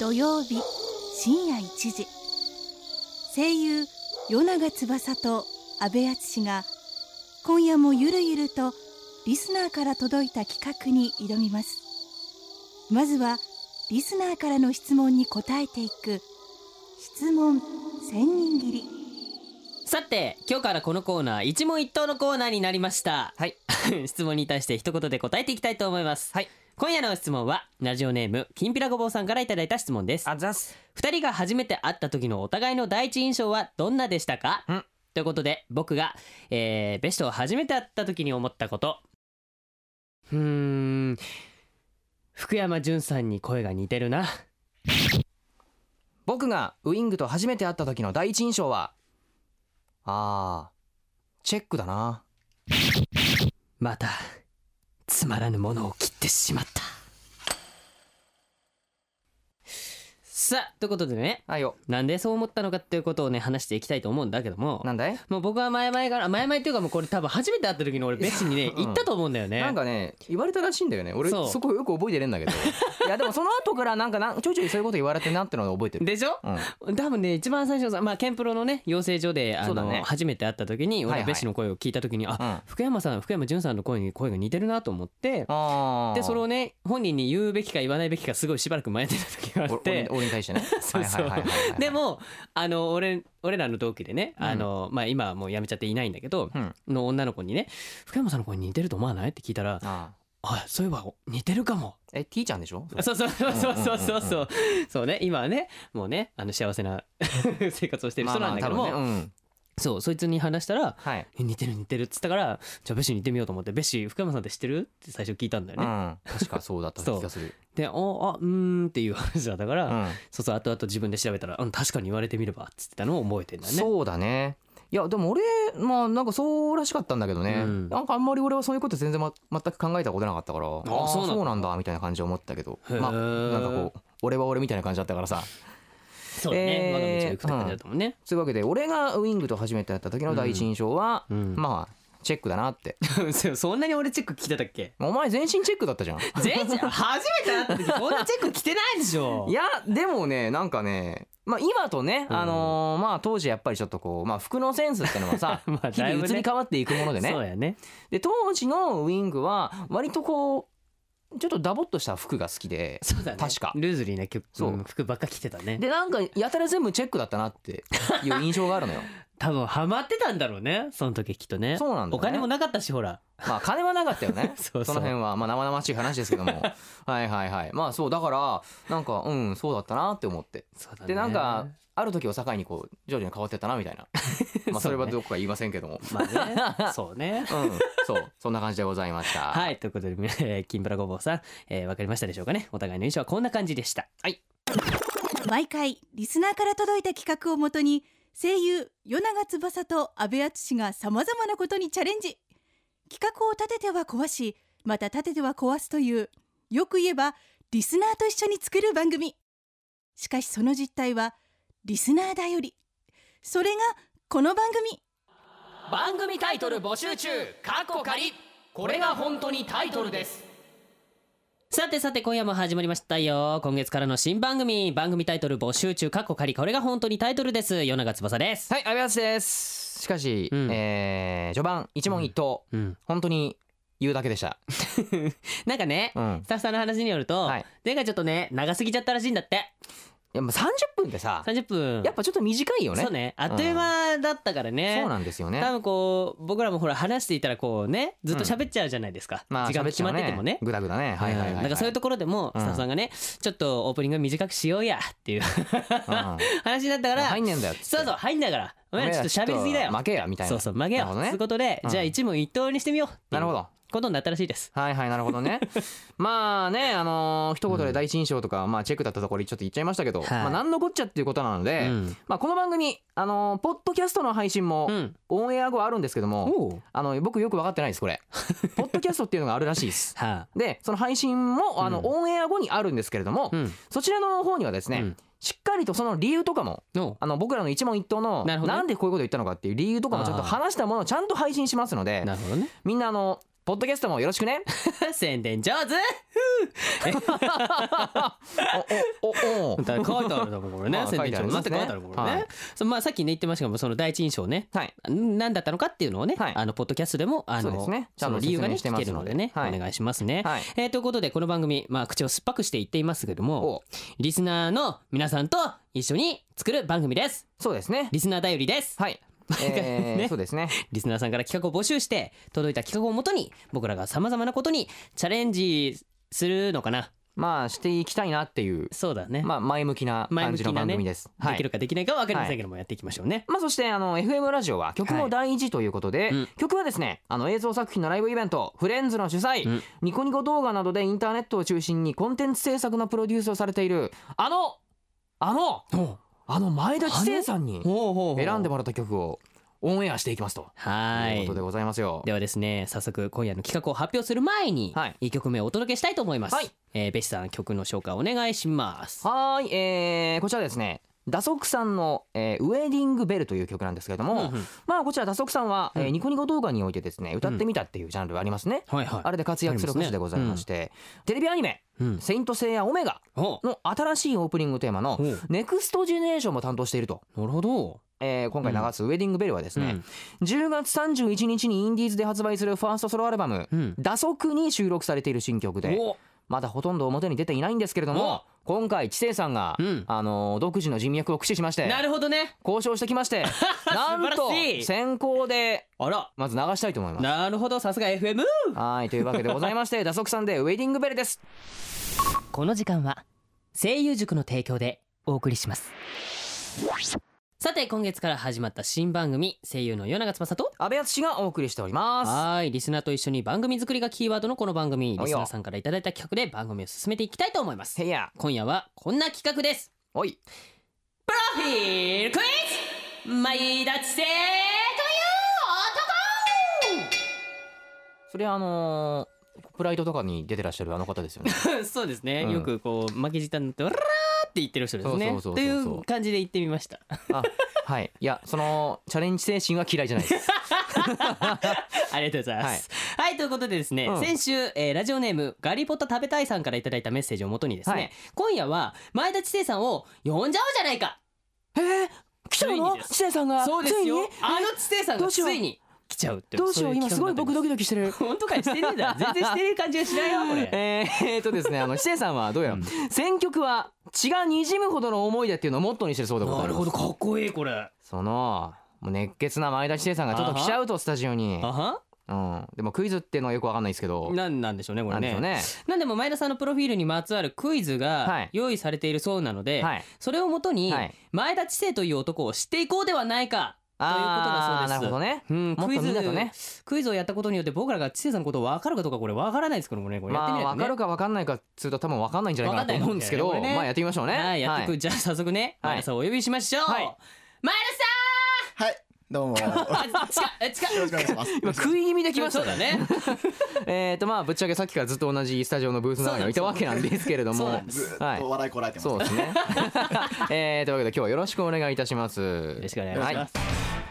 土曜日深夜1時声優与永翼と阿部淳が今夜もゆるゆるとリスナーから届いた企画に挑みますまずはリスナーからの質問に答えていく質問千人切りさて今日からこのコーナー一問一答のコーナーになりましたはい 質問に対して一言で答えていきたいと思いますはい今夜の質問はラジオネームきんぴらごぼうさんからいただいた質問ですあざっす二人が初めて会った時のお互いの第一印象はどんなでしたかうんということで僕が、えーベストを初めて会った時に思ったことうーん福山潤さんに声が似てるな僕がウイングと初めて会った時の第一印象はあーチェックだなまたつまらぬものを切ってしまったさあということでねあいよなんでそう思ったのかっていうことをね話していきたいと思うんだけどもなんだいもう僕は前々から前々っていうかもうこれ多分初めて会った時に俺別にねうん行ったと思うんだよねなんかね言われたらしいんだよね俺そそうこよく覚えてねえんだけ どいやでもその後からなんかなんちょいちょいそういうこと言われてんなってのは覚 えてるでしょうん多分ね一番最初さまあケンプロのね養成所であそうだの、ね初めて会った時にはい俺はいベッシの声を聞いた時に、うあんあ福山さん福山潤さんの声に声が似てるなと思ってーでそれをね本人に言うべきか言わないべきかすごいしばらく迷ってた時があおっ俺てに俺に対してね そうそうはいはいはいはいは いでもあの俺俺らの同期でね、うんあのまあ、今はもう辞めちゃっていないんだけど、うんの女の子にね「福山さんの声に似てると思わない?」って聞いたらあ「あそういえば似てるかもーえ T ちゃんでしょ」そうそうそうそうそうそううんうんうんうそうそうね今はねもうねあの幸せな 生活をしてる人なんだけども、まあまあ多分ねうんそうそいつに話したら はい「え似てる似てる」っつったから「じゃあベッシーに似てみようと思ってベッシー福山さんって知ってる?」って最初聞いたんだようね。ん確かそうだった気がするで「ああうーん」っていう話だったから、うんそうそう後々自分で調べたら「うん確かに言われてみれば」っつってたのを覚えてんだね。そうだねいやでも俺まあなんかそうらしかったんだけどね、うんなんかあんまり俺はそういうこと全然、ま、全く考えたことなかったからあーそうなんだそうなんだみたいな感じで思ったけどへーまあなんかこう俺は俺みたいな感じだったからさそうだね、えー我が道を行くって感じだったもんね。そういうわけで俺がウイングと初めて会った時の第一印象は、うんまあチェックだなって そうそんなに俺チェック着てたっけお前全身チェックだったじゃん全然初めて会った時こんなチェック着てないでしょいやでもねなんかねまあ今とね、うんあのーまあ当時やっぱりちょっとこう、まあ、服のセンスってのはさ まあ日だいぶ々ね移り変わっていくものでねそうやね。で当時のウイングは割とこうちょっとダボっとした服が好きでそうだね。確かルーズリーな曲、そううん服ばっか着てたね。でなんかやたら全部チェックだったなっていう印象がある のよ多分ハマってたんだろうね。その時きっとね。そうなんだ、おね、金もなかったしほら。まあ金はなかったよねそうそうの辺はまあ生々しい話ですけ どもはいはいはいまあそうだからなんかうんそうだったなって思ってそうだねでなんかある時を境にこう徐々に変わってったなみたいな まあそれはどこか言いませんけどもまあ ね。そうね。 うんそうそんな感じでございましたはいということで、えー、金プラごぼうさん、えー、わかりましたでしょうかねお互いの印象はこんな感じでしたはい毎回リスナーから届いた企画をもとに声優与永翼と阿部淳がさまざまなことにチャレンジ企画を立てては壊しまた立てては壊すというよく言えばリスナーと一緒に作る番組しかしその実態はリスナーだよりそれがこの番組番組タイトル募集中かっこ仮これが本当にタイトルですさてさて今夜も始まりましたよ今月からの新番組番組タイトル募集中かっこ仮これが本当にタイトルです与永翼ですはい、阿部淳です。しかし、うんえー序盤一問一答、うん本当に言うだけでした。なんかね、うんス。タッフさんの話によると、はい前回ちょっとね長すぎちゃったらしいんだってやっぱ三十分ってさ、 30分やっぱちょっと短いよね。そうねあっという間だったからね、そうなんですよ多ね。分こう僕らもほら話していたらこうねずっと喋っちゃうじゃないですか、まあ時間喋決まっててもね。ぐだぐだね。はいはいはい、うはんい。なんかそういうとところでもうんスタッフさんがね、ちょっとオープニング短くしようやっていう 話になったから、入んねえんだよっつって。そうそう入んだからお前らちょっと喋りすぎだよ負けやみたいな。そうそう負けよなとるほどねいうことで、うんじゃあ一問一答にしてみようっていうなるほど。ことになったらしいですはいはいなるほどね まあねあのー一言で第一印象とか、まあチェックだったところにちょっと言っちゃいましたけど、はいまあ何のこっちゃっていうことなので、うんまあこの番組あのーポッドキャストの配信も、うんオンエア後あるんですけども、おうあの僕よく分かってないです これポッドキャストっていうのがあるらしいですはあでその配信もあの、うんオンエア後にあるんですけれども、うんそちらの方にはですね、うんしっかりとその理由とかもおうあの僕らの一問一答のなるほどねんでこういうこと言ったのかっていう理由とかもちょっとあー話したものをちゃんと配信しますのでなるほどね みんなあのポッドキャストもよろしくね宣伝上手おおおおだから書いてあるだろこれね まあ宣伝帳に書書いいててあありるますねこれね、はいそまあさっきね言ってましたけどその第一印象ねはい何だったのかっていうのをね、はいあのポッドキャストでもあそのうですねその理由がねちゃ聞んとけ説る明してますののででね、はいお願いしますね、はいえーということでこの番組、まあ、口を酸っぱくして言っていますけどもおリスナーの皆さんと一緒に作る番組ですそうですねリスナー頼りですはいえーねそうですねリスナーさんから企画を募集して届いた企画をもとに僕らがさまざまなことにチャレンジするのかなまあしていきたいなっていうそうだね、まあ前向きな前感向じきのな番ね組ですはできいるかできないかは分かりませんけども、やっていきましょうねまあそしてあの FM ラジオは曲はもい第一ということで、うん曲はですねあの映像作品のライブイベントフレンズの主催、うんニコニコ動画などでインターネットを中心にコンテンツ制作のプロデュースをされているあのあのほうあの前田知世さんにほうほう選んでもらった曲をオンエアしていきますとはいいうことでございますよではですね早速今夜の企画を発表する前に、はいい、い曲名をお届けしたいと思います、はいえー、ベシさん曲の紹介お願いしますはーい、えーこちらですね打足さんの、えーウェディングベル」という曲なんですけれども、うんうんまあこちら打足さんは、えーうんニコニコ動画においてですね歌ってみたっていうジャンルありますね、はいはいあれで活躍する歌手でございましてテレビアニメう「んセイント・セイヤ・オメガお」の新しいオープニングテーマのお「ネクスト・ジェネレーション」も担当していると、なるほどえー今回流す「ウェディング・ベル」はですうねん、 10月31日にインディーズで発売するファーストソロアルバムうん「打足」に収録されている新曲でおまだほとんど表に出ていないんですけれども今回知世さんが、うんあのー独自の人脈を駆使しましてなるほどね交渉してきましてなん素と晴らしい先行であらまず流したいと思います。なるほどさすが FM はいというわけでございまして打足さんで「ウェディング・ベル」です。この時間は声優塾の提供でお送りしますさて今月から始まった新番組声優の与永翼と安倍敦がお送りしております。はいリスナーと一緒に番組作りがキーワードのこの番組おいリスよナーさんからいただいた企画で番組を進めていきたいと思いますせいや今夜はこんな企画ですおいプロフィールクイズ前田知世というそれあのープライドとかに出てらっしゃるあの方です よね。男 そうですね、うんよくこう負け舌になって「ラー」って言ってる人ですねそうそうそうそうという感じで言ってみました あはいいやそのチャレンジ精神は嫌いじゃないです。ありがとうございますはい、ということでですね、うん先週、えーラジオネームガリポタ食べたいさんからいただいたメッセージをもとにですね、はい今夜は前田知世さんを呼んじゃおうじゃないかえー、来ちゃうついのにです知世さんがそうでつすいによあの知世さんどがうしつよういに来ちゃうって どうしようそい今すごい僕ド企キドキしてる。画になってます本当かよしてねえだ ろ全然してる感じがしないよこれえー、えーとですねあのシセさんはどうやら、うん選曲は血がにじむほどの思い出っていうのをモットーにしてるそうでございますかっこいいこれあそのもう熱血な前田知世さんがちょっと来ちゃうとスタジオに、はうん、でもクイズっていうのはよくわかんないですけどなんなんでしょうねこれなんでしょうねねなんでも前田さんのプロフィールにまつわるクイズはいが用意されているそうなので、はいそれをもとにはい前田知世という男を知っていこうではないかということあだそうーなるですほどねうん、もっクイとみズんなとねクイズをやったことによって僕らが知世さんのことを分かるかどうかこれ分からないですけどもねこれやってみまあないとね、わかるかわかんないかっつうと多分わかんないんじゃないかなと思うんですけどわかんないまあやってみましょうねはいやってく、はいじゃあ早速ねはい前田さんをお呼びしましょう、はい前はい、どうも。よ田さんあ近っえ近ろっしくお願いします。今食い気味できましたそうだねえーとまあぶっちゃけさっきからずっと同じスタジオのブースなのにいたわけなんですけれどもそうなんでずっはいと笑いこらえてます。そうですね。 えー、というわけで今日はよろしくお願いいたします。よろしくお願いします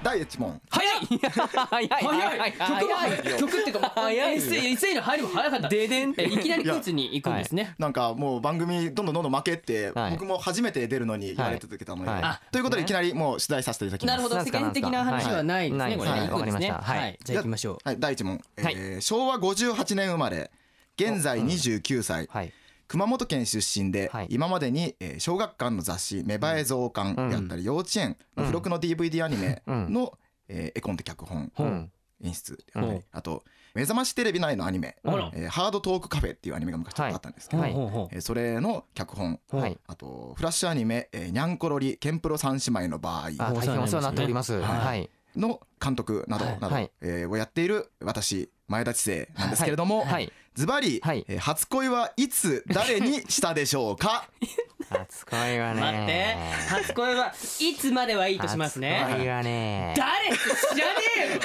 第一問。早いはいはい早い曲が入る曲っていうか早い一斉一斉の入りも早かったででんっていきなりクイズに行くんですねなんかもう番組どんどんどんどん負けって、はい僕も初めて出るのに言われ続けたのに、はいはいということでいきなりもう取材させていただきます。なるほどな世んすか間的な話はないですなねんこすれかねはい行くんですねわかりましたはいはいじゃあ行きましょうはい、第一問。はいえー昭和58年生まれ、現在29歳、はい。熊本県出身で、はい今までに、えー小学館の雑誌「芽生え増刊」であったり、幼稚園の付録の DVD アニメの、えー絵コンテ脚本、うん。演出うんあと「目覚ましテレビ」内のアニメ「あらえーハードトークカフェ」っていうアニメが昔ちょっとあったんですけど、はいほうほうほうえーそれの脚本、はいあとフラッシュアニメ「えーにゃんころりケンプロ三姉妹の場合」あ、大変お世話になっております。お世話になはりい。の監督などはいなど、はいえーをやっている私前田知世なんですけれども、 はい。ズバリ、はいえー初恋はいつ誰にしたでしょ うか初恋はね。待って初恋はいつまではいいとします 初ね恋はね。誰って知らね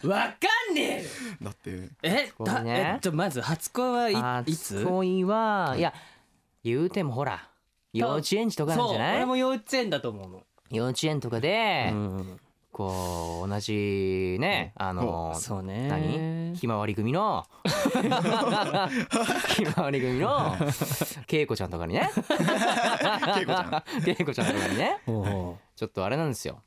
えよわかんねだってえよえ初恋だねえじゃあまず初恋はいいつ初恋は、いや、言うてもほら、幼稚園児とかなんそうじゃな俺いも幼稚園だと思うの幼稚園とかで、うんこう同じねあのそうね何ひまわり 組のひまわり組の恵子ちゃんと かにね恵子ちゃん恵子ちゃんとかにねほうほちょっとあれなんですよ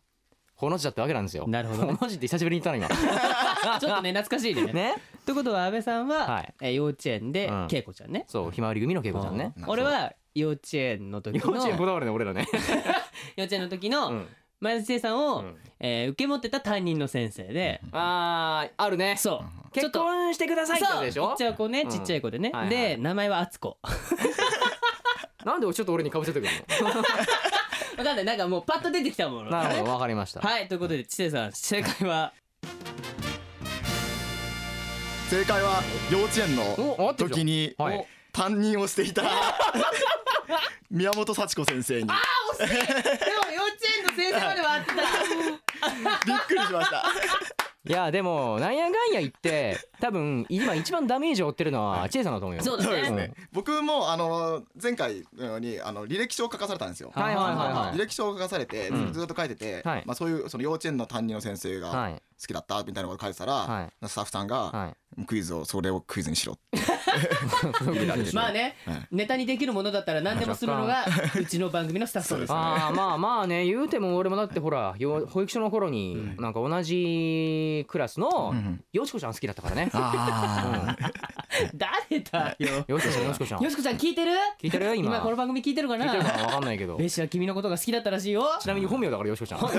ほの字だったわけなんですようなるほほどねの字って久しぶりに言ったのちょっとね懐かしい ね今 ねということは安倍さんは、はいえー幼稚園でうん恵子ちゃんね。そうひまわり組の恵子ちゃんねうん俺は幼稚園の時幼の稚園こだわるね俺らね幼稚園の時のうん前田先生さんを、うんえー受け持ってた担任の先生で、 あーあるねそうちょ結っと婚してくださいってことでしそうょちっちゃい子ね、うんちっちゃい子でね、はいはいで名前は敦子わなんでちょっと俺にかぶせてくるかんないなんかもうパッと出てきたものの なるほどわかりましたはいということで知世さん正解は正解は幼稚園お合のってるじゃん時にはい担任をし ていた宮本幸子先生にでも幼稚園の先生まではあってびっくりしました。いやでもなんやかんや言って多分今一番ダメージを負ってるのは千恵さんだと思うよた そうだそうですねね。僕もあの前回のようにあの履歴書を書かされたんですよ。はいはいはいはい履歴書を書かされてうんずっと書いてて、はいまあそういうその幼稚園の担任の先生はがい好きだったみたいなこと書いてたはら、スタッフさんがはいクイズをそれをクイズにしろって。 まあね、はいネタにできるものだったら何でもするのがうちの番組のスタッフさんですああまあまあね言うても俺もだってほらよ保育所の頃になんか同じクラスのうんよしこちゃん好きだった からねあ誰だよよしこちゃんよしこちゃんよしこちゃん聞いてる聞いてる今今この番組聞いてるか聞いてるかななわかんないけどベッシは君のことが好きだったらしい よよちなみに本名だからよしこち ゃんしこ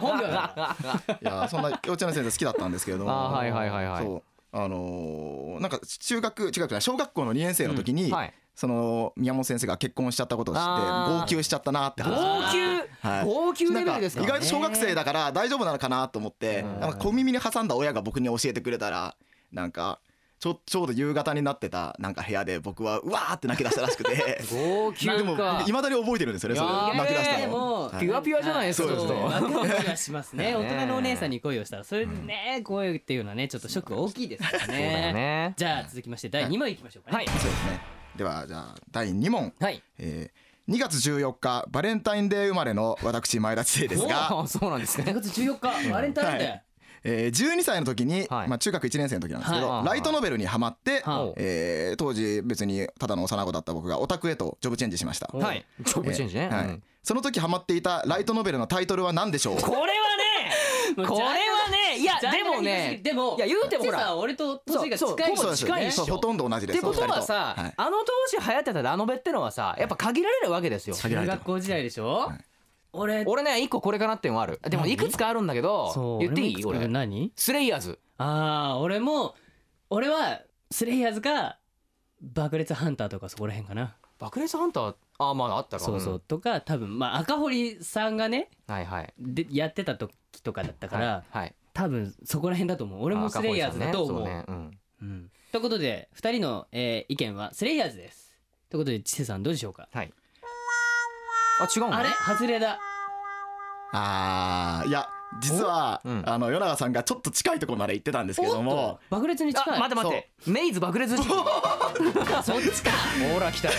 本名だあ。いやそんな幼稚園の先生好きだったんですけれども。あーはいはいはいはいそう。あのーなんか中学中学じゃない小学校の2年生の時に、はいその宮本先生が結婚しちゃったことを知って号あー泣しちゃったなって話号泣はい号泣レベルですかなんか意外と小学生だから大丈夫なのかなと思ってなんか小耳に挟んだ親が僕に教えてくれたらなんかちょちょうど夕方になってたなんか部屋で僕はうわーって泣き出したらしく て号泣でもかいまだに覚えてるんですよねそれいやー泣き出したでのもはいピュアピュアじゃないですかそうですねそうワクワクはしますねね大人のお姉さんに恋をしたらそれでね恋っていうのはねちょっとショック大きいですからそうだよねねじゃあ続きまして第2問いきましょうかねはいそうですねではじゃあ第2問、はいえー2月14日バレンタインデー生まれの私前田知世ですがおーそうなんです2ね月14日バレンタインデーえー12歳の時に、はいまあ、中学1年生の時なんですけど、はいはいライトノベルにはまって、はいえー当時別にただの幼子だった僕がオタクへとジョブチェンジしました、お ーはいジョブチェンジねはういんその時ハマっていたライトノベルのタイトルは何でしょうこれはねもうこれはねいやジャンルでもねジャンルが広すぎでもいや言うてもほら知世さんは俺と年が近いもんねそうそう近いっしょそうほとんど同じっですてことはお二さ人とあの当時流行ってたラノベってのはさやっぱ限られるわけですよ限中られてる学校時代でしょ俺俺ね一個これかなってのはあるでもいくつかあるんだけど言っていい俺も俺つか何スレイヤーズああ俺も俺はスレイヤーズか爆裂ハンターとかそこら辺かな爆裂ハンターあまああったかそうそうとか多分まあ赤堀さんがねうんはいはいでやってた時とかだったから、はいはい多分そこら辺だと思う俺もスレイヤーズだと思う。あ赤星さんねそうねうんということで2人の、えー意見はスレイヤーズです。ということで知世さんどうでしょうかうんはいあ違うのあれ外れだあーいや実は、おうんあの与永さんがちょっと近いところまで行ってたんですけどおっもと爆裂にあ近い待って待ってメイズ爆 裂事件そっち かほら来たよ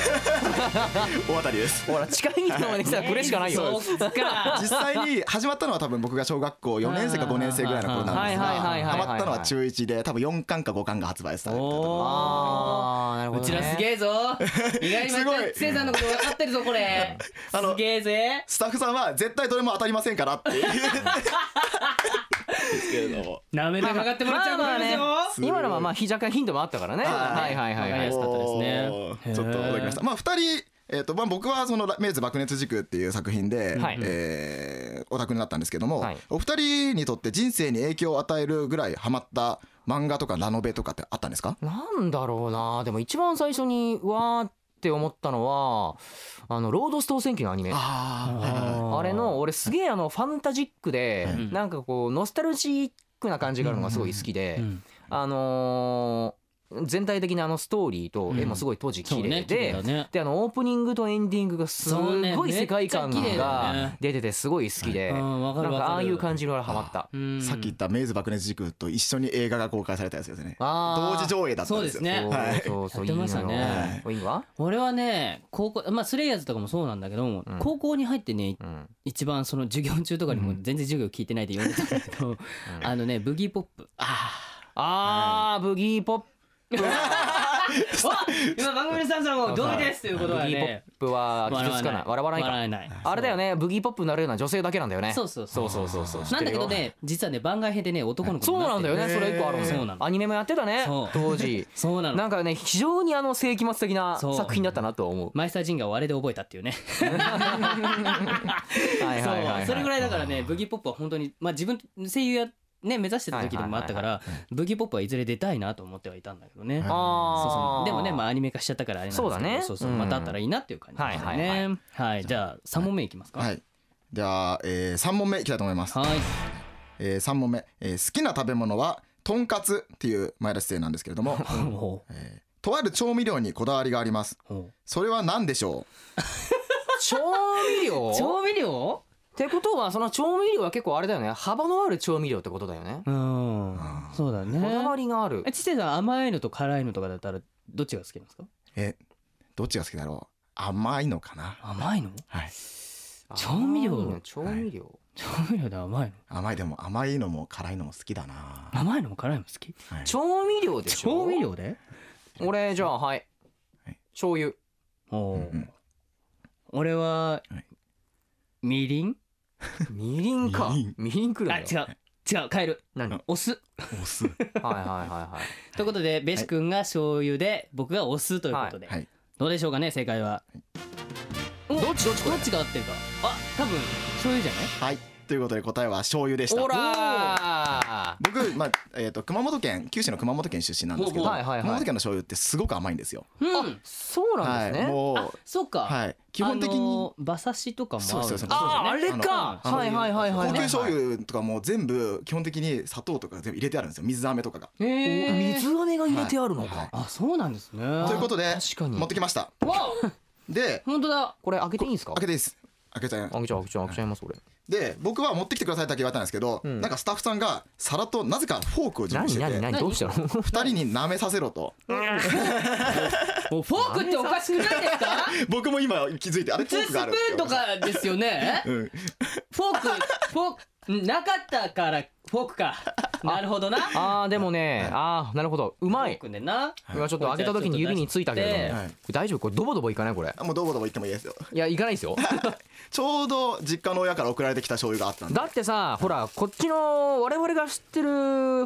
大当たりですほら近い人まで来たらこれしかないよそっ か実際に始まったのは多分僕が小学校4年生か5年生ぐらいの頃なんですがはいはいはいはいはいハマったのは中1で多分4巻か5巻が発売されたとおーあーなるほうどちらすえげえぞ意外にすごい知世さんのこと分かってるぞこ れあのすげえぜスタッフさんは絶対どれも当たりませんからって いう ですけれどもなめで曲がってもらっちゃうことあるまあよ今のはまあ非若干ヒントもあったからねははいいはいはいわかはいりやすかったですねおーへーちょっと驚きましたまあ2人えーとまあ、僕はその「明治爆熱時空」っていう作品で、はいえーオタクになったんですけども、はいお二人にとって人生に影響を与えるぐらいハマった漫画とかラノベとかってあったんですかなんだろうなでも一番最初にうわーって思ったのはあの「ロードストー戦記」のアニメああれの俺すげえあのファンタジックでんなんかこうノスタルジックな感じがあるのがすごい好きでうんあのー全体的にあのストーリーとうん絵もすごい当時そう綺ね麗綺麗で、だねであのオープニングとエンディングがすそうねごい世界め観っちゃ綺麗だよがね出ててすごい好きで、うんわかなるんわかかるああいう感じのハマった。うんさっき言った「メイズ爆熱時空」と一緒に映画が公開されたやつですね同あー時上映だったんですそようですねはいそうそうそういやっていのましたよ。ねおいいわ。俺はね高校まあスレイヤーズとかもそうなんだけども、うん高校に入ってねうん。一番その授業中とかにも全然授業聞いてないで読んでたんだけど、あのねブギーポップあーブギーポップ。 わ今番組のスタッフさんも同意ですということはブギーポッねプは傷つかない。笑わないか。笑えないあれだよね、ブギーポップになれるのは女性だけなんだよね。そうそうそうそうそうそうそうなんだけどね実はね番外編でね男の子そうになんだよってね、るそれ一個あるのそうなね。のアニメもやってたねそう、当時。そうなのなんかね、非常にあの世紀末的なそう作品だったなとは思う。マイスタージンガーをあれで覚えたっていうねはいはいはいはそうい。それぐらいだからねブギーポップは本当にまあ自分声優やね目指してた時でもあったからブギーポップはいずれ出たいなと思ってはいたんだけどねはそいうあそあ。うでもねまあアニメ化しちゃったからあれなんですけどそうだねそうそううんまたあったらいいなっていう感じですよはいはいねはいじゃあ三問目いきますかははいいでは、え3問目いきたいと思います、え3問目、えー好きな食べ物はとんかつっていう前田姿勢なんですけれ ども、ほうえーとある調味料にこだわりがありますほそれは何でしょ調味料 う調味料ってことは、その調味料は結構あれだよね、幅のある調味料ってことだよね。うんそうだねこだわりがあるえ。ちせさん甘いのと辛いのとかだったらどっちが好きなんですかうえどっちが好きだろう甘いのかな甘いのはい調味料あー調味料。調味料で甘いの甘いでも甘いのも辛いのも好きだな、甘いのも辛いのも好きはい調味料でしょ調味料で俺じゃあはいはい醤 油おーうんうん俺は、はいみりんみりんかみりんみりんくるあんだ違よう違う変える何はいお酢お酢はいは いはということでベシ君が醤油で僕がお酢ということで、はいどうでしょうかね正解は、おどっちどっちこれどっちが合ってるかあ多分醤油じゃないはいということで答えは醤油でいしたほら僕、まあえー、と熊本県九州の熊本県出身なんですけど、ほうほうはいはいはい熊本県の醤油ってすごく甘いんですよ。うんそうなんですはい、ねもうあそうか、はい、基本的あにのー馬刺しとかも合うそうそうそうあーあれそうですねかあのはいはいはいは高い級醤はい油とかもう全部基本的に砂糖とか全部入れてあるんですよ水飴とかが。へおー水飴が入れてあるのはいかあそうなんですねということで確かに持ってきました。わおで本当 だこれ開けていいんですか開けていいです開けちゃう開けちゃう開けちゃう開けちゃいます俺で僕は持ってきてくださいだけ言われたんですけど、うんなんかスタッフさんが皿となぜかフォークを準備し何て何て何どうしたの二人に舐めさせ ろともうフォークっておかしくないですか僕も今気づいてあれフツォーースクプがあるってーンとかですよね うん、フォークフォークんなかったからフォークかなるほどなフあーでもねあーなるほどうまォーいクでな今ちょっと開けた時に指についたけれどもはいこれ大丈夫これドボドボいかないこれもうどぼどぼ言ってもいいですよいやいかないです よちょうど実家の親から送られてきた醤油があったんでだってさほらこっちの我々が知ってる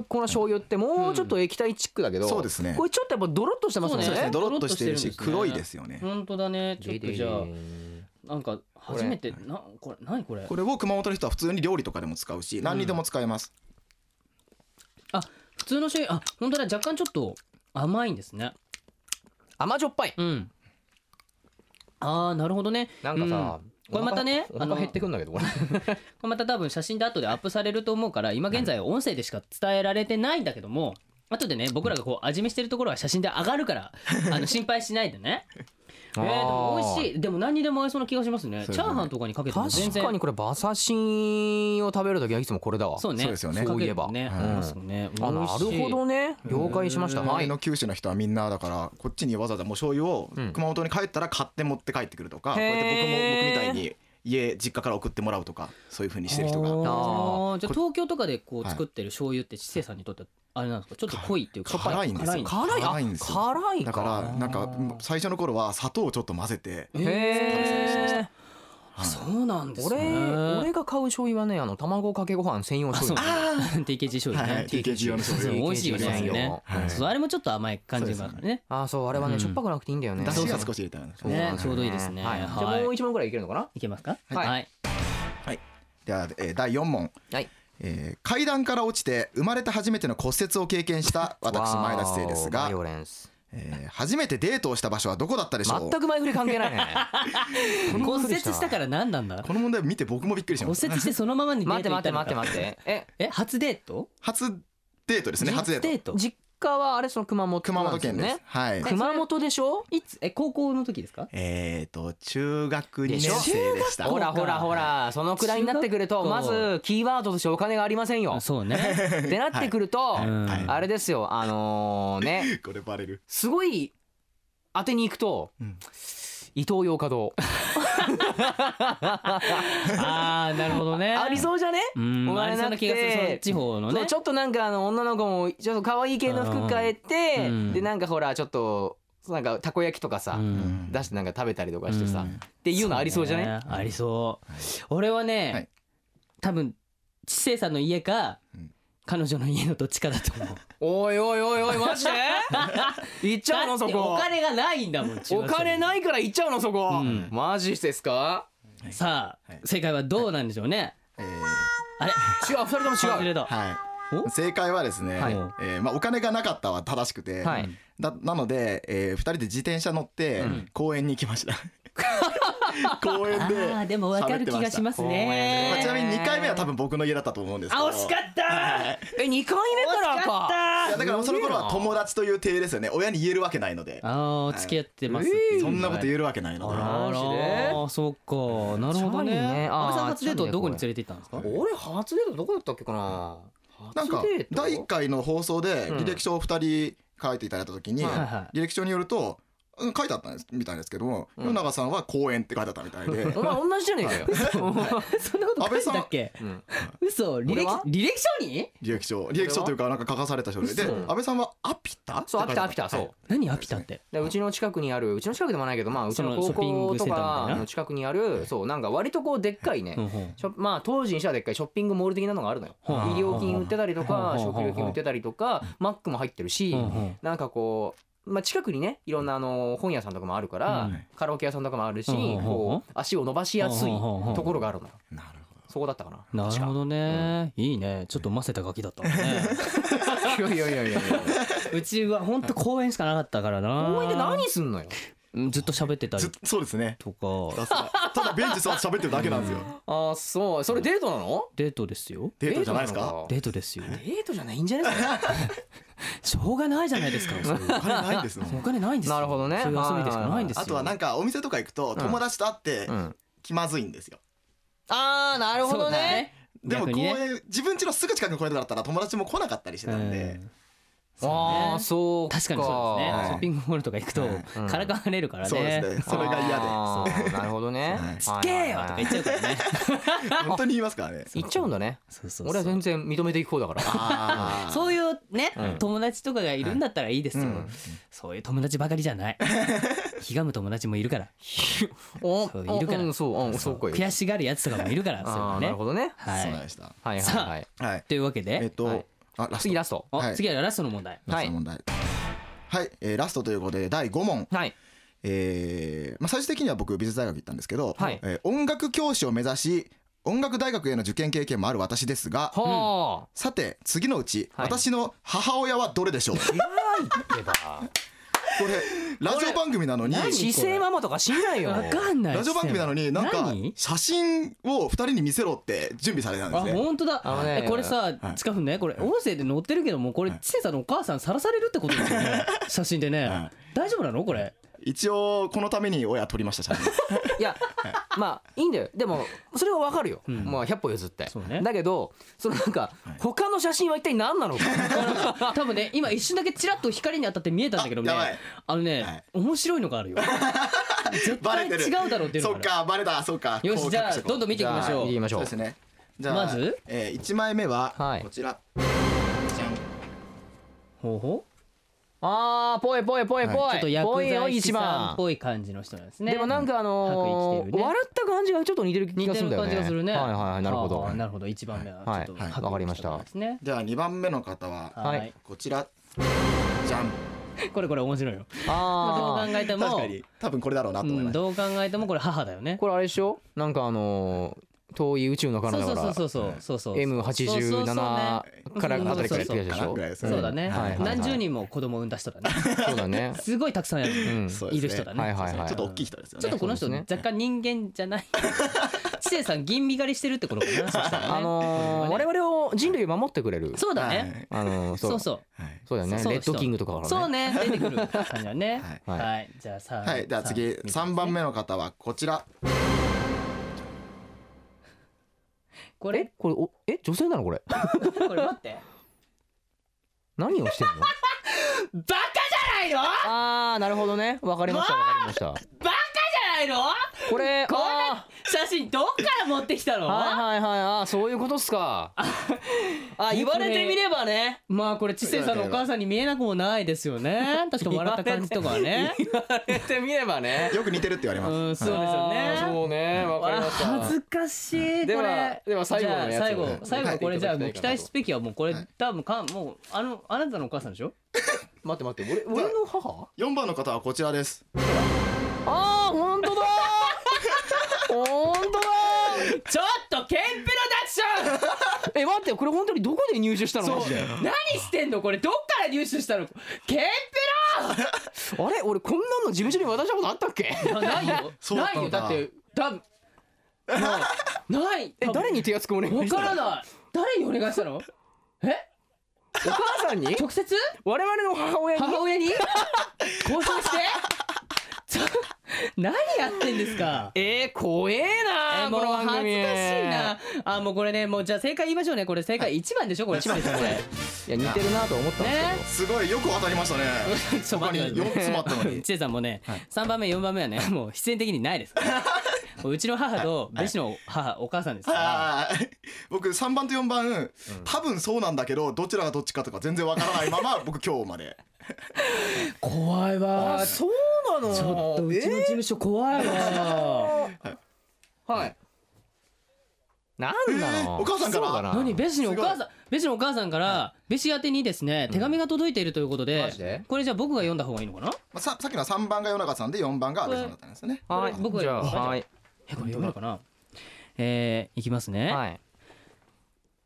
この醤油ってもうちょっと液体チックだけど、うんそうですねこれちょっとやっぱドロッとしてますもんねそうですねドロッとしてるドロッしとしてるんですね黒いですよね本当だねちょっとじゃあなんか初めてなこれ何これこれを熊本の人は普通に料理とかでも使うし何にでも使えます、あ普通の醤油あ本当だ若干ちょっと甘いんですね甘じょっぱいうんあーなるほどねなんかさ、うんこれまたねお腹おあの腹減ってくんだけどこれこれまた多分写真で後でアップされると思うから今現在音声でしか伝えられてないんだけども後でね僕らがこう味見してるところは写真で上がるから あの心配しないでねえー、でも美味しいでも何にでも合いそうな気がしますねそうでチすャねーハンとかにかけても全確然かにこれ馬刺しを食べるときはいつもこれだわそうねそうですよねかけてもそういねば合いますよねあなるほどねね了解しましたうんは周いりの九州の人はみんなだからこっちにわざわざもう醤油をうん熊本に帰ったら買って持って帰ってくるとへーか、こうやって僕も僕みたいに家実家から送ってもらうとかそういう風にしてる人があーじゃあこ東京とかでこうはい作ってる醤油って知性さんにとってあれなんですかちょっと濃いっていうか辛いんですよ辛辛いあ辛いんですよ辛いかだからなあんかー最初の頃は砂糖をちょっと混ぜていんだへえあそうなんです俺ね俺が買う醤油はねあの卵かけご飯専用醤油あ TKG 醤油はねい TKG 用の醤油そう美味しいよそうですよねはいそうあれもちょっと甘い感じがあるからねあーそうあれはね、うんしょっぱくなくていいんだよねだしが少し入れたらねそうなんだよねちょうどいいですねは、はいいじゃあもう一問ぐらいいけるのかないけますかはいでは、えー第4問、はいえー階段から落ちて生まれて初めての骨折を経験した私前田生ですわーおバがイ、オレンスえー初めてデートをした場所はどこだったでしょう全く前振り関係ない ね骨折したから何なんだこの問題見て僕もびっくりし骨ま折したしてそのままにデ待っートて行待っったのて待ってか待ってええ初デート初デートですね初デートデート実家はあれその熊本熊なん本ですよ県ですねはい熊本でしょいつえ高校の時ですかえー、と中学2で年しょ生でしたほらほらほらそのくらいになってくると中ま学校ずキーワードとしてお金がありませんよそうねってなってくるというんあれですよあのーねこれバレるすごい当てに行くとうん伊東洋華堂ああなるほどねありうそうじゃねうんおあり金そうななく気がするそのて地方のそねうちょっとなんかあの女の子もちょっと可愛い系の服変えて、うんでなんかほらちょっとなんかたこ焼きとかさ、うん出してなんか食べたりとかしてさ、うっんていうのありそうじゃない、ねありそう俺はね、はい多分知性さんの家か、うん彼女の家のどっちかだと思う おいおいおいおいマジで行っちゃうのだそっておこ金がないんだもんお金いないから行っちゃうのそこ、うんマジですかさあ、はい正解はどうなんでしょうね、え違う2人とも外違れうだ、ー、はいお正解はですね、はいえーまあ、お金がなかったは正しくて、はいだなので、え2人で自転車乗ってん公園に行き ました公園でああでもわかる気がしますまあちねなみに2回目は多分僕の家だったと思うんですけあど惜しかったえ2回目からかいやだからその頃は友達という体ですよね親に言えるわけないのでああお付き合ってます、そんなこと言うえるわけないのあでらあマジでらそうかなるほどねチャーリーねあー安倍さん初デートはどこに連れて行ったんですか俺初デートどこだったっけかななん初かデート第1回の放送でうん履歴書を2人書いていただいた時にはいはい履歴書によるとうん書いてあったんですみたいですけどもうん与永さんは公園って書いてあったみた いでお前同じじゃねえかよ、そんなこと書いてたっけうん嘘履俺歴は履歴書に履歴書履歴書というかなんか書かされた書類で嘘安倍さんは「アピタ」そうアってピ書タアいてあピタったそう、何アピタってでうちの近くにあるうちの近くでもないけどまあうちのそのシ高ョッピン校グセとンターみたいなかの近くにあるそうなんか割とこうでっかいね、うんうんショッまあ当時にしてはでっかいショッピングモール的なのがあるのよはあ衣料品売ってたりとはあかはあ食料品売ってたりとかマックも入ってるしうんうんなんかこうまあ近くにねいろんなあの本屋さんとかもあるかうらんカラオケ屋さんとかもあるしうんうんうんこう足を伸ばしやすいうんうんうんところがあるのよなるほどそこだったかななるほどどね、いいねちょっとませたガキだったもん ねいやいやいやいやいやうちはほんと公園しかなかったからな公園で何すんのようんずっと喋ってたずりっそうですねとかただベンチ座って喋ってるだけなんですよあそうそれデートなのデートですよデートじゃないですデーかトなのデートですよデートじゃないんじゃないですかしょうがないじゃない ですかそれお金ないんですもおん金ないんですよなるほどねそういう遊びですかないんですよあとはなんかお店とか行くと友達と会ってうん気まずいんですよあーなるほどねでも逆公にね園自分家のすぐ近くの公園だったら友達も来なかったりしてたんでうんああそう確かにそうですねはいショッピングモールとか行くとうんからかわれるからねそうですねそれが嫌であーなるほどねはいつけーよとか言っちゃうからね本当に言いますか らね。言っちゃうんだねそうそうそう俺は全然認めていく方だからあーそういうね、うん友達とかがいるんだったらいいですよ、うんそういう友達ばかりじゃない ひがむ友達もいるからおそういるからうんそううんそうかよ悔しがるやつとかもいるからそういうあのーねなるほどねはそうなんいでした。はいはいはいはい。というわけで、えっはとい、あラス次ト。ラストおはい次はラストの問題ラストの問題。はい、えーラストということで第5問、はいえーまあ、最終的には僕美術大学行ったんですけど、はいえー音楽教師を目指し音楽大学への受験経験もある私ですがはさて次のうち、はい私の母親はどれでしょうこ あいらないってばれラジオ番組なのに何姿勢ママとか知んないよわかんないラジオ番組なのになんか何写真を2人に見せろって準備されたんあですね本当だあのねえこれさはい近くねこれ音声で載ってるけどもこれちせさんのお母さんさらされるってことですよ ね写真でねは大丈夫なのこれ一応このために親撮りました写 真いやまあいいんだよでもそれはわかるよんまあ100歩譲ってそうねだけどそのなんかはい他の写真は一体何 なのか多分ね今一瞬だけチラッと光に当たって見えたんだけどねあやばいあのね、はい面白いのがあるよ絶バ対レてる違うだろうっていうのがあそっるかバレたそっかよこしうじゃあ隠してこうどんどん見ていきましょう見てみましそうょうですねじゃあまずえー、1枚目ははいこちら、ほうほうあーぽいぽいぽいぽいはちょっと薬ぽいよ剤師一さん番っぽい感じの人なんですねでもなんか白あ衣の着てーるね笑った感じがちょっと似てる気似がてするんるだよ感ねじがするねはいはいはいなるほあどーなるほど一番目ははいちょっとはい白衣わかりました着方ですねじゃあ2番目の方は、は、はいいこちらじゃんこれこれ面白いよどう考ああえて確もかに多分これだろうなとう思いんます、どう考えてもこれ母だよねこれあれでしょなんかあのー遠い宇宙の彼そう方だからそうそうそうそうそう M87 からあたりからやってきたでしそうそうそうょぐらいですねそうだね、はいはいはい何十人も子供を産んだ人 だねそうだねすごいたくさんやる、うんそういですねる人だね、はいはいはいちょっと大きい人ですよちょねっとこの人、そうです若干人間じゃ ない知性さん吟味狩りしてるってことかなそしたらね あのーこれはね我々を人類を守ってくれるそうだね、はいあのーそそううそうはいそうだよねそうレそうッドキングとかからねそうね出てくる感じだねはいはい、はじゃあさはい、では次3番目の方はこちらこえれこれおえ女性なのこれこれ待って何をしてんのバカじゃないのあーなるほどねわかりましたわかりましたバカじゃないのこれこんあな写真どっから持ってきたーのはいはいはいあーそういうことっすかあ言われてみればねまあこれ知性さんのお母さんに見えなくもないですよ ね確か笑った感じとかはね言われてみればねよく似てるって言われうまんそうです、すよねあーそうねわかりわました恥ずかしいでこはれでは最後のやつじゃあ最後はい最後これじゃあもう期待すべきはもうこれはい多分かもうあのあなたのお母さんでしょ待って待って俺俺の母四4番の方はこちらですあー本当だー本当だちょっとケンペロダクションーえ待ってこれ本当にどこで入手したのマジで 何してんのこれどっから入手したのケンペあれ俺こんなの事務所に渡したことあったっけロないよそうだっないたのよだかってだもうないえ誰に手厚くお願い分したかのらない誰にお願いしたのえお母さんに直接我々の母親に母親に交渉してちょ何やってんですかえー、怖えなえーもこうの番恥組ずかしいなあもうこれねもうじゃあ正解言いましょうねこれ正解一番でしょこれ一番でしょこれね いや似てるなと思ったんですけど、すごいよく当たりましたねちょっと他に待って4つもあったのに一恵さんもね三番目四番目はね もう必然的にないですからもううちの母と弟子の母お 母さんですからあー僕3番と4番多分そうなんだけどどちらがどっちかとか全然わからないまま僕今日まで怖いわちうなのょっとうちの事務所怖いわはいなんなの、えーお母さんからそうだな何ベシのお母すさんベシのお母さんからベシ宛てにですね手紙が届いているということマでジでこれじゃあ僕が読んだ方がいいのかなまあ、ささっきのは3番が与那川さんで4番が安倍さんだったんですねはい僕がじゃあ大丈夫はいえこれ読めるかなえーいきますねはい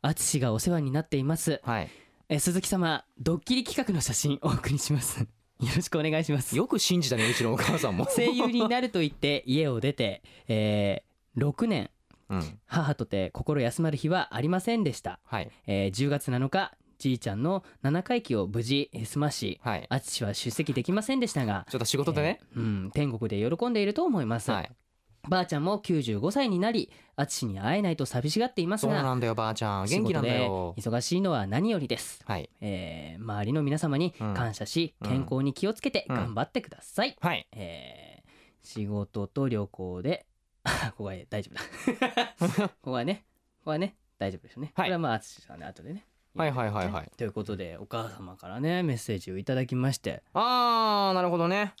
あつしがお世話になっていますはいえー鈴木様ドッキリ企画の写真お送りします よろしくお願いしますよく信じたねうちのお母さんも声優になると言って家を出て、えー6年 うん母とて心休まる日はありませんでした、はいえー10月7日じいちゃんの7回忌を無事えー済ましはい淳は出席できませんでしたがちょっと仕事でね、えーうん、天国で喜んでいると思います、はいばあちゃんも95歳になり淳に会えないと寂しがっていますそうがなんだよばあちゃん元気なんだよ仕事で忙しいのは何よりですはいえー周りの皆様に感謝し、うん健康に気をつけてうん頑張ってください、はいえー仕事と旅行で ここは大丈 夫だここはねここはね大丈夫ですよね、はこいれはまあ淳さんね後でねはいはいはいはいということでお母様からねメッセージをいただきましてあーなるほどね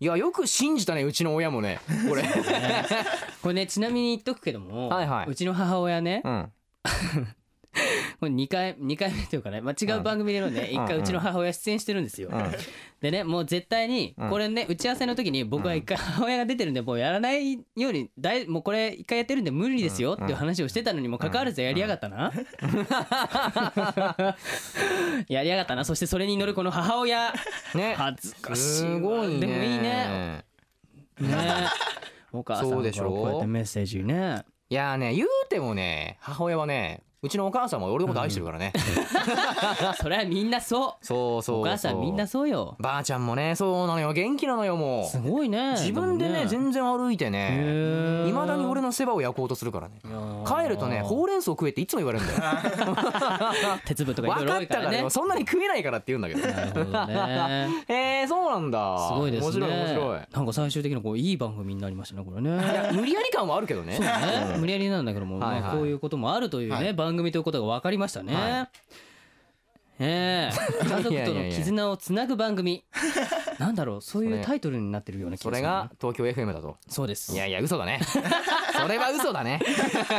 いやよく信じたねうちの親もねこれこれねちなみに言っとくけども、はいはいうちの母親ね うんこれ2回二回目というかね、まあ、違う番組でのね、一うん回うんうちの母親出演してるんですよ、うんでねもう絶対にうんこれね打ち合わせの時に僕は一回母親が出てるんでもうやらないようにだいもうこれ一回やってるんで無理ですよっていう話をしてたのにもかかわらずやりやがったな やりやがったなそしてそれに乗るこの母親ね恥ずかしいわすごいねでもいいねねお母さんそかうでらしょこうやってメッセージねいやーね言うてもね母親はねうちのお母さんも俺のこと愛してるからね、それはみんなそうそうそうそうお母さんみんなそうよばあちゃんもねそうなのよ元気なのよもすごいねう自分でね全然歩いてね然いまだに俺の世話を焼こうとするからね帰るとねほうれん草食えっていつも言われるんだよ鉄 分とかいろ分いろか多っいかたかららねよそんなに食えないからって言うんだけどなるほどねえー、そうなんだすごいですね面白い面白いなんか最終的なこういい番組になりましたねこれねい や無理やり感はあるけどねそうね無理やりなんだけども、はいはいまあ、こういうこともあるというね、はい番組ということが分かりましたね、はええ家族いやいとやいのや絆をつなぐ番 組なんだろうそうそいうれタイトルになってるような気そがするれなが東京 FM だとそうですいやいや嘘だねそれは嘘だね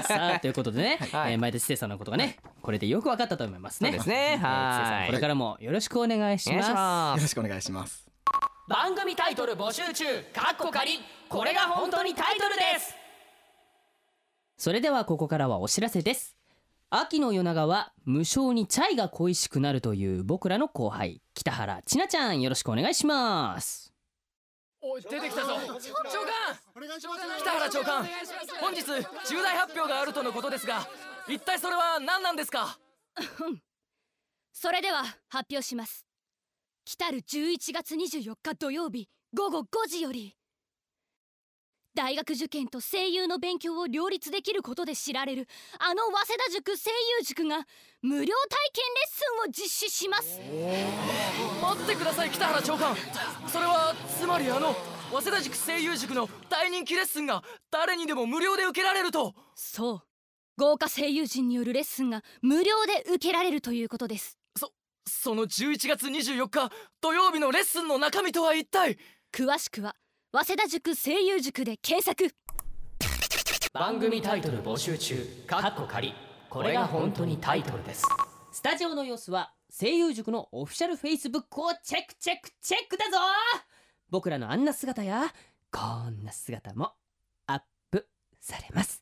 さあということでね、 はいえー前田知世さんのことがねこれでよく分かったと思いますねそうですえーね知世はさんいこれからもよろしくお願いしお願まいしすよますろしくお願いします番組タイトル募集中かっこ仮これが本当にタイトルですそれではここからはお知らせです秋の夜長は無性にチャイが恋しくなるという僕らの後輩北原千奈ちゃんよろしくお願いしますおい出てきたぞ長官北原長官本日重大発表があるとのことですが一体それは何なんですかそれでは発表します来る11月24日土曜日午後5時より大学受験と声優の勉強を両立できることで知られるあの早稲田塾声優塾が無料体験レッスンを実施します待ってください北原長官それはつまりあの早稲田塾声優塾の大人気レッスンが誰にでも無料で受けられるとそう豪華声優陣によるレッスンが無料で受けられるということですその11月24日土曜日のレッスンの中身とは一体詳しくは早稲田塾声優塾で検索番組タイトル募集中かっこ仮これが本当にタイトルですスタジオの様子は声優塾のオフィシャルフェイスブックをチェックチェックチェックだぞ僕らのあんな姿やこんな姿もアップされます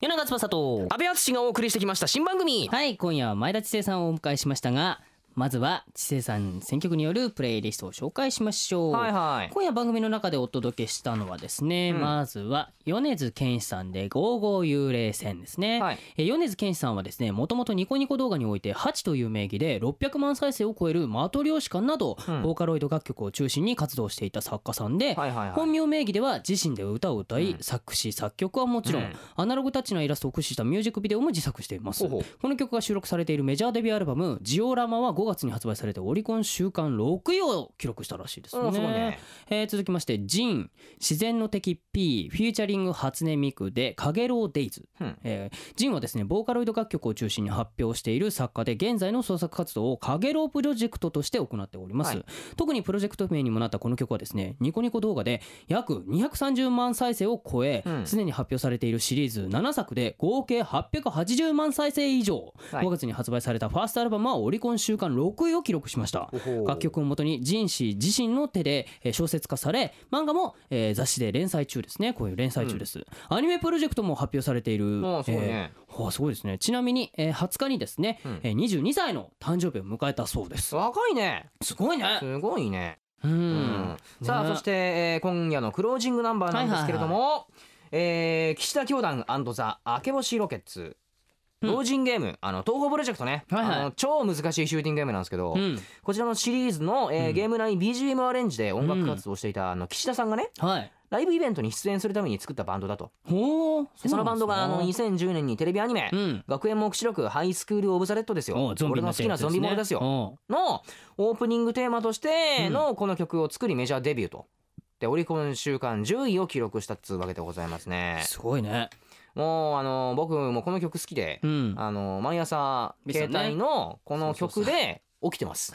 夜長翼と安倍淳がお送りしてきました新番組はい今夜は前田知世さんをお迎えしましたがまずは知世さん選曲によるプレイリストを紹介しましょう、はいはい今夜番組の中でお届けしたのはですね、うんまずは米津玄師さんで「55幽霊船」ですね、はいえー米津玄師さんはですねもともとニコニコ動画において「ハチ」という名義で600万再生を超える「マトリョーシカ」など、うんボーカロイド楽曲を中心に活動していた作家さんで、はいはいはい本名名義では自身で歌を歌い、うん作詞作曲はもちろん、うんアナログタッチなイラストを駆使したミュージックビデオも自作していますほうほうこの曲が収録されているメジャーデビューアルバム「ジオラマ」は5月に発売されてオリコン週間6位を記録したらしいですねうんすごいねえー続きまして「ジン自然の敵 P フューチャリング初音ミク」で「かげろうデイズ」うんえージンはですねボーカロイド楽曲を中心に発表している作家で現在の創作活動をかげろうプロジェクトとして行っております、はい特にプロジェクト名にもなったこの曲はですねニコニコ動画で約230万再生を超えうんすで、に発表されているシリーズ7作で合計880万再生以上、はい5月に発売されたファーストアルバムはオリコン週間6位を記録しました楽曲をもとにジン氏自身の手でえー小説化され漫画もえー雑誌で連載中ですねこういう連載中です、アニメプロジェクトも発表されているああそうえーねはあ、すごいですねちなみに、えー20日にですね、うんえー22歳の誕生日を迎えたそうです若いねすごいねすごいねうん、うんさあねそしてえー今夜のクロージングナンバーなんですけれどもえー岸田教団ザ明け星ロケッツうん老人ゲームあの東方プロジェクトねはいはいあの超難しいシューティングゲームなんですけどうんこちらのシリーズのえうーんゲーム内 BGM アレンジで音楽活動をしていたあの岸田さんがねはいライブイベントに出演するために作ったバンドだとほうでそのバンドがあの2010年にテレビアニメうん学園目視録ハイスクールオブザレッドですよおうゾンビ俺にのな好ってきるなやつゾンビものですよおのオープニングテーマとしてのこの曲を作りメジャーデビューと。でオリコン週間10位を記録したっつうわけでございますうねすごいねもうあの僕もこの曲好きで、うんあの毎朝ですよ携ね帯のこのそう曲そうで起きてます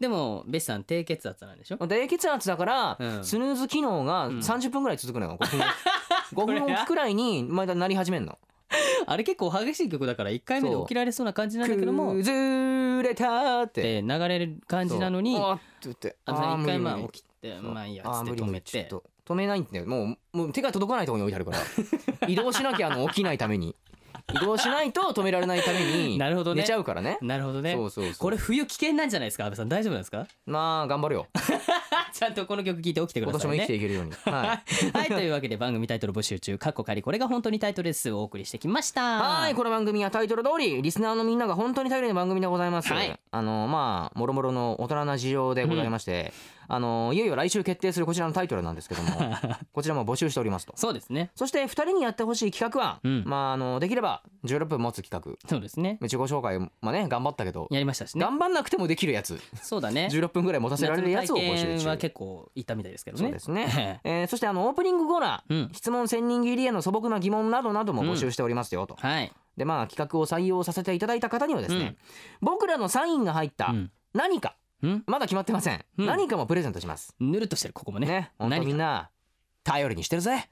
でもベスさん低血圧なんでしょ 低血圧だから、うんスヌーズ機能がうん30分ぐらい続くのよ5 分 ,5 れ分おきくらいに毎回なり始めんのあれ結構激しい曲だから1回目で起きられそうな感じなんだけどもっ崩れたってて流れる感じなのにそうああーって言ってのー一回無理まあ無理起きてそうまあいいやあっーつっ無て理止無理めてちょっと止めないんだよもうもう手が届かないところに置いてあるか ら移動しなきゃあの起きないために移動しないと止められないため になるほどね寝ちゃうからねなるほどねそうそうそうこれ冬危険なんじゃないですか安倍さん大丈夫なんですかまあ頑張るよちゃんとこの曲聴いて起きてくだ今年さもい生きてねいけるようにはいはいという わけで番組タイトル募集中「かっこ仮これが本当にタイトルです」をお送りしてきましたはいこの番組はタイトル通りリスナーのみんなが本当に頼りの番組でございます、はいあのまあもろもろの大人な事情でございまして、あのいよいよ来週決定するこちらのタイトルなんですけ どもこちらも募集しておりますとそうですねそして2人にやってほしい企画は、うんまああのできれば16分持つ企画そうですね自己紹介まあね頑張ったけどやりましたしね頑張んなくてもできるやつそうだね16分ぐらい持たせられるやつを募夏の体集験は中結構いたみたいですけどねそうですね、えーそしてあのオープニングコーナー、 うん質問千人切りへの素朴な疑問などなども募集しておりますよと、はいでまあ企画を採用させていただいた方にはですね、僕らのサインが入ったうん何か、うんまだ決まってません、うん何かもプレゼントしますぬるっとしてるここもねね本当何みんな頼りにしてるぜ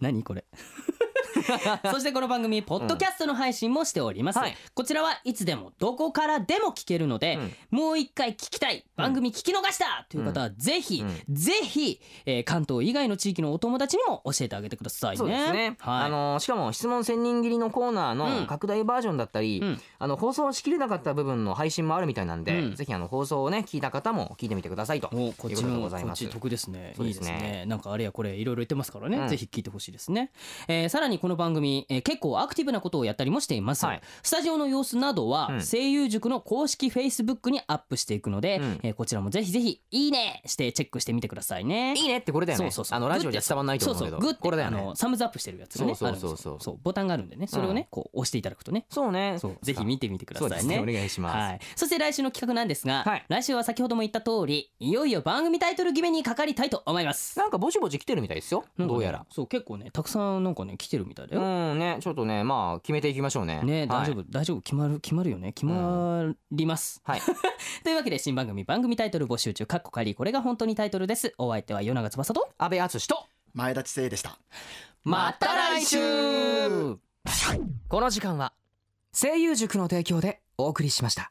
何これ そしてこの番組ポッドキャストの配信もしております、はいこちらはいつでもどこからでも聞けるので、もう一回聞きたい番組聞き逃したという方はぜひ、うぜひ、えー関東以外の地域のお友達にも教えてあげてくださいねそうですね、はいあのーしかも質問千人切りのコーナーうんの拡大バージョンだったり、うんあの放送しきれなかった部分の配信もあるみたいなんで、うんぜひあの放送をね聞いた方も聞いてみてくださいとおこっいうちことでのごこざいっますち得ですねそういでいすでねすねなんかあれやこれいろいろ言ってますからね、うんぜひ聞いてほしいですね、えーさらにこの番組、えー結構アクティブなことをやったりもしています、はいスタジオの様子などは、うん声優塾の公式 Facebook にアップしていくので、うんえーこちらもぜひぜひいいねしてチェックしてみてくださいねいいねってこれだよねそうそうそうあのラジオじゃ伝わんないと思うけどそうそうグッてこれだよあねのサムズアップしてるやつがねそうそうあるんですよそうそうボタンがあるんでねそれをね、こう押していただくとねそうねそうぜひ見てみてくださそういねですねお願いします、はい、そして来週の企画なんですが、はい来週は先ほども言った通りいよいよ番組タイトル決めにかかりたいと思いますなんかぼちぼち来てるみたいですよなんかねどうやらそう結構ねたくさんなんかね来てるみたいだうよ、んねちょっとねまあ決めていきましょうねねはい大丈夫、大丈夫決まる決まるよね決まります、はい というわけで新番組番組タイトル募集中かっこかりこれが本当にタイトルですお相手は与永翼と安倍敦と前田知世でしたまた来週この時間は声優塾の提供でお送りしました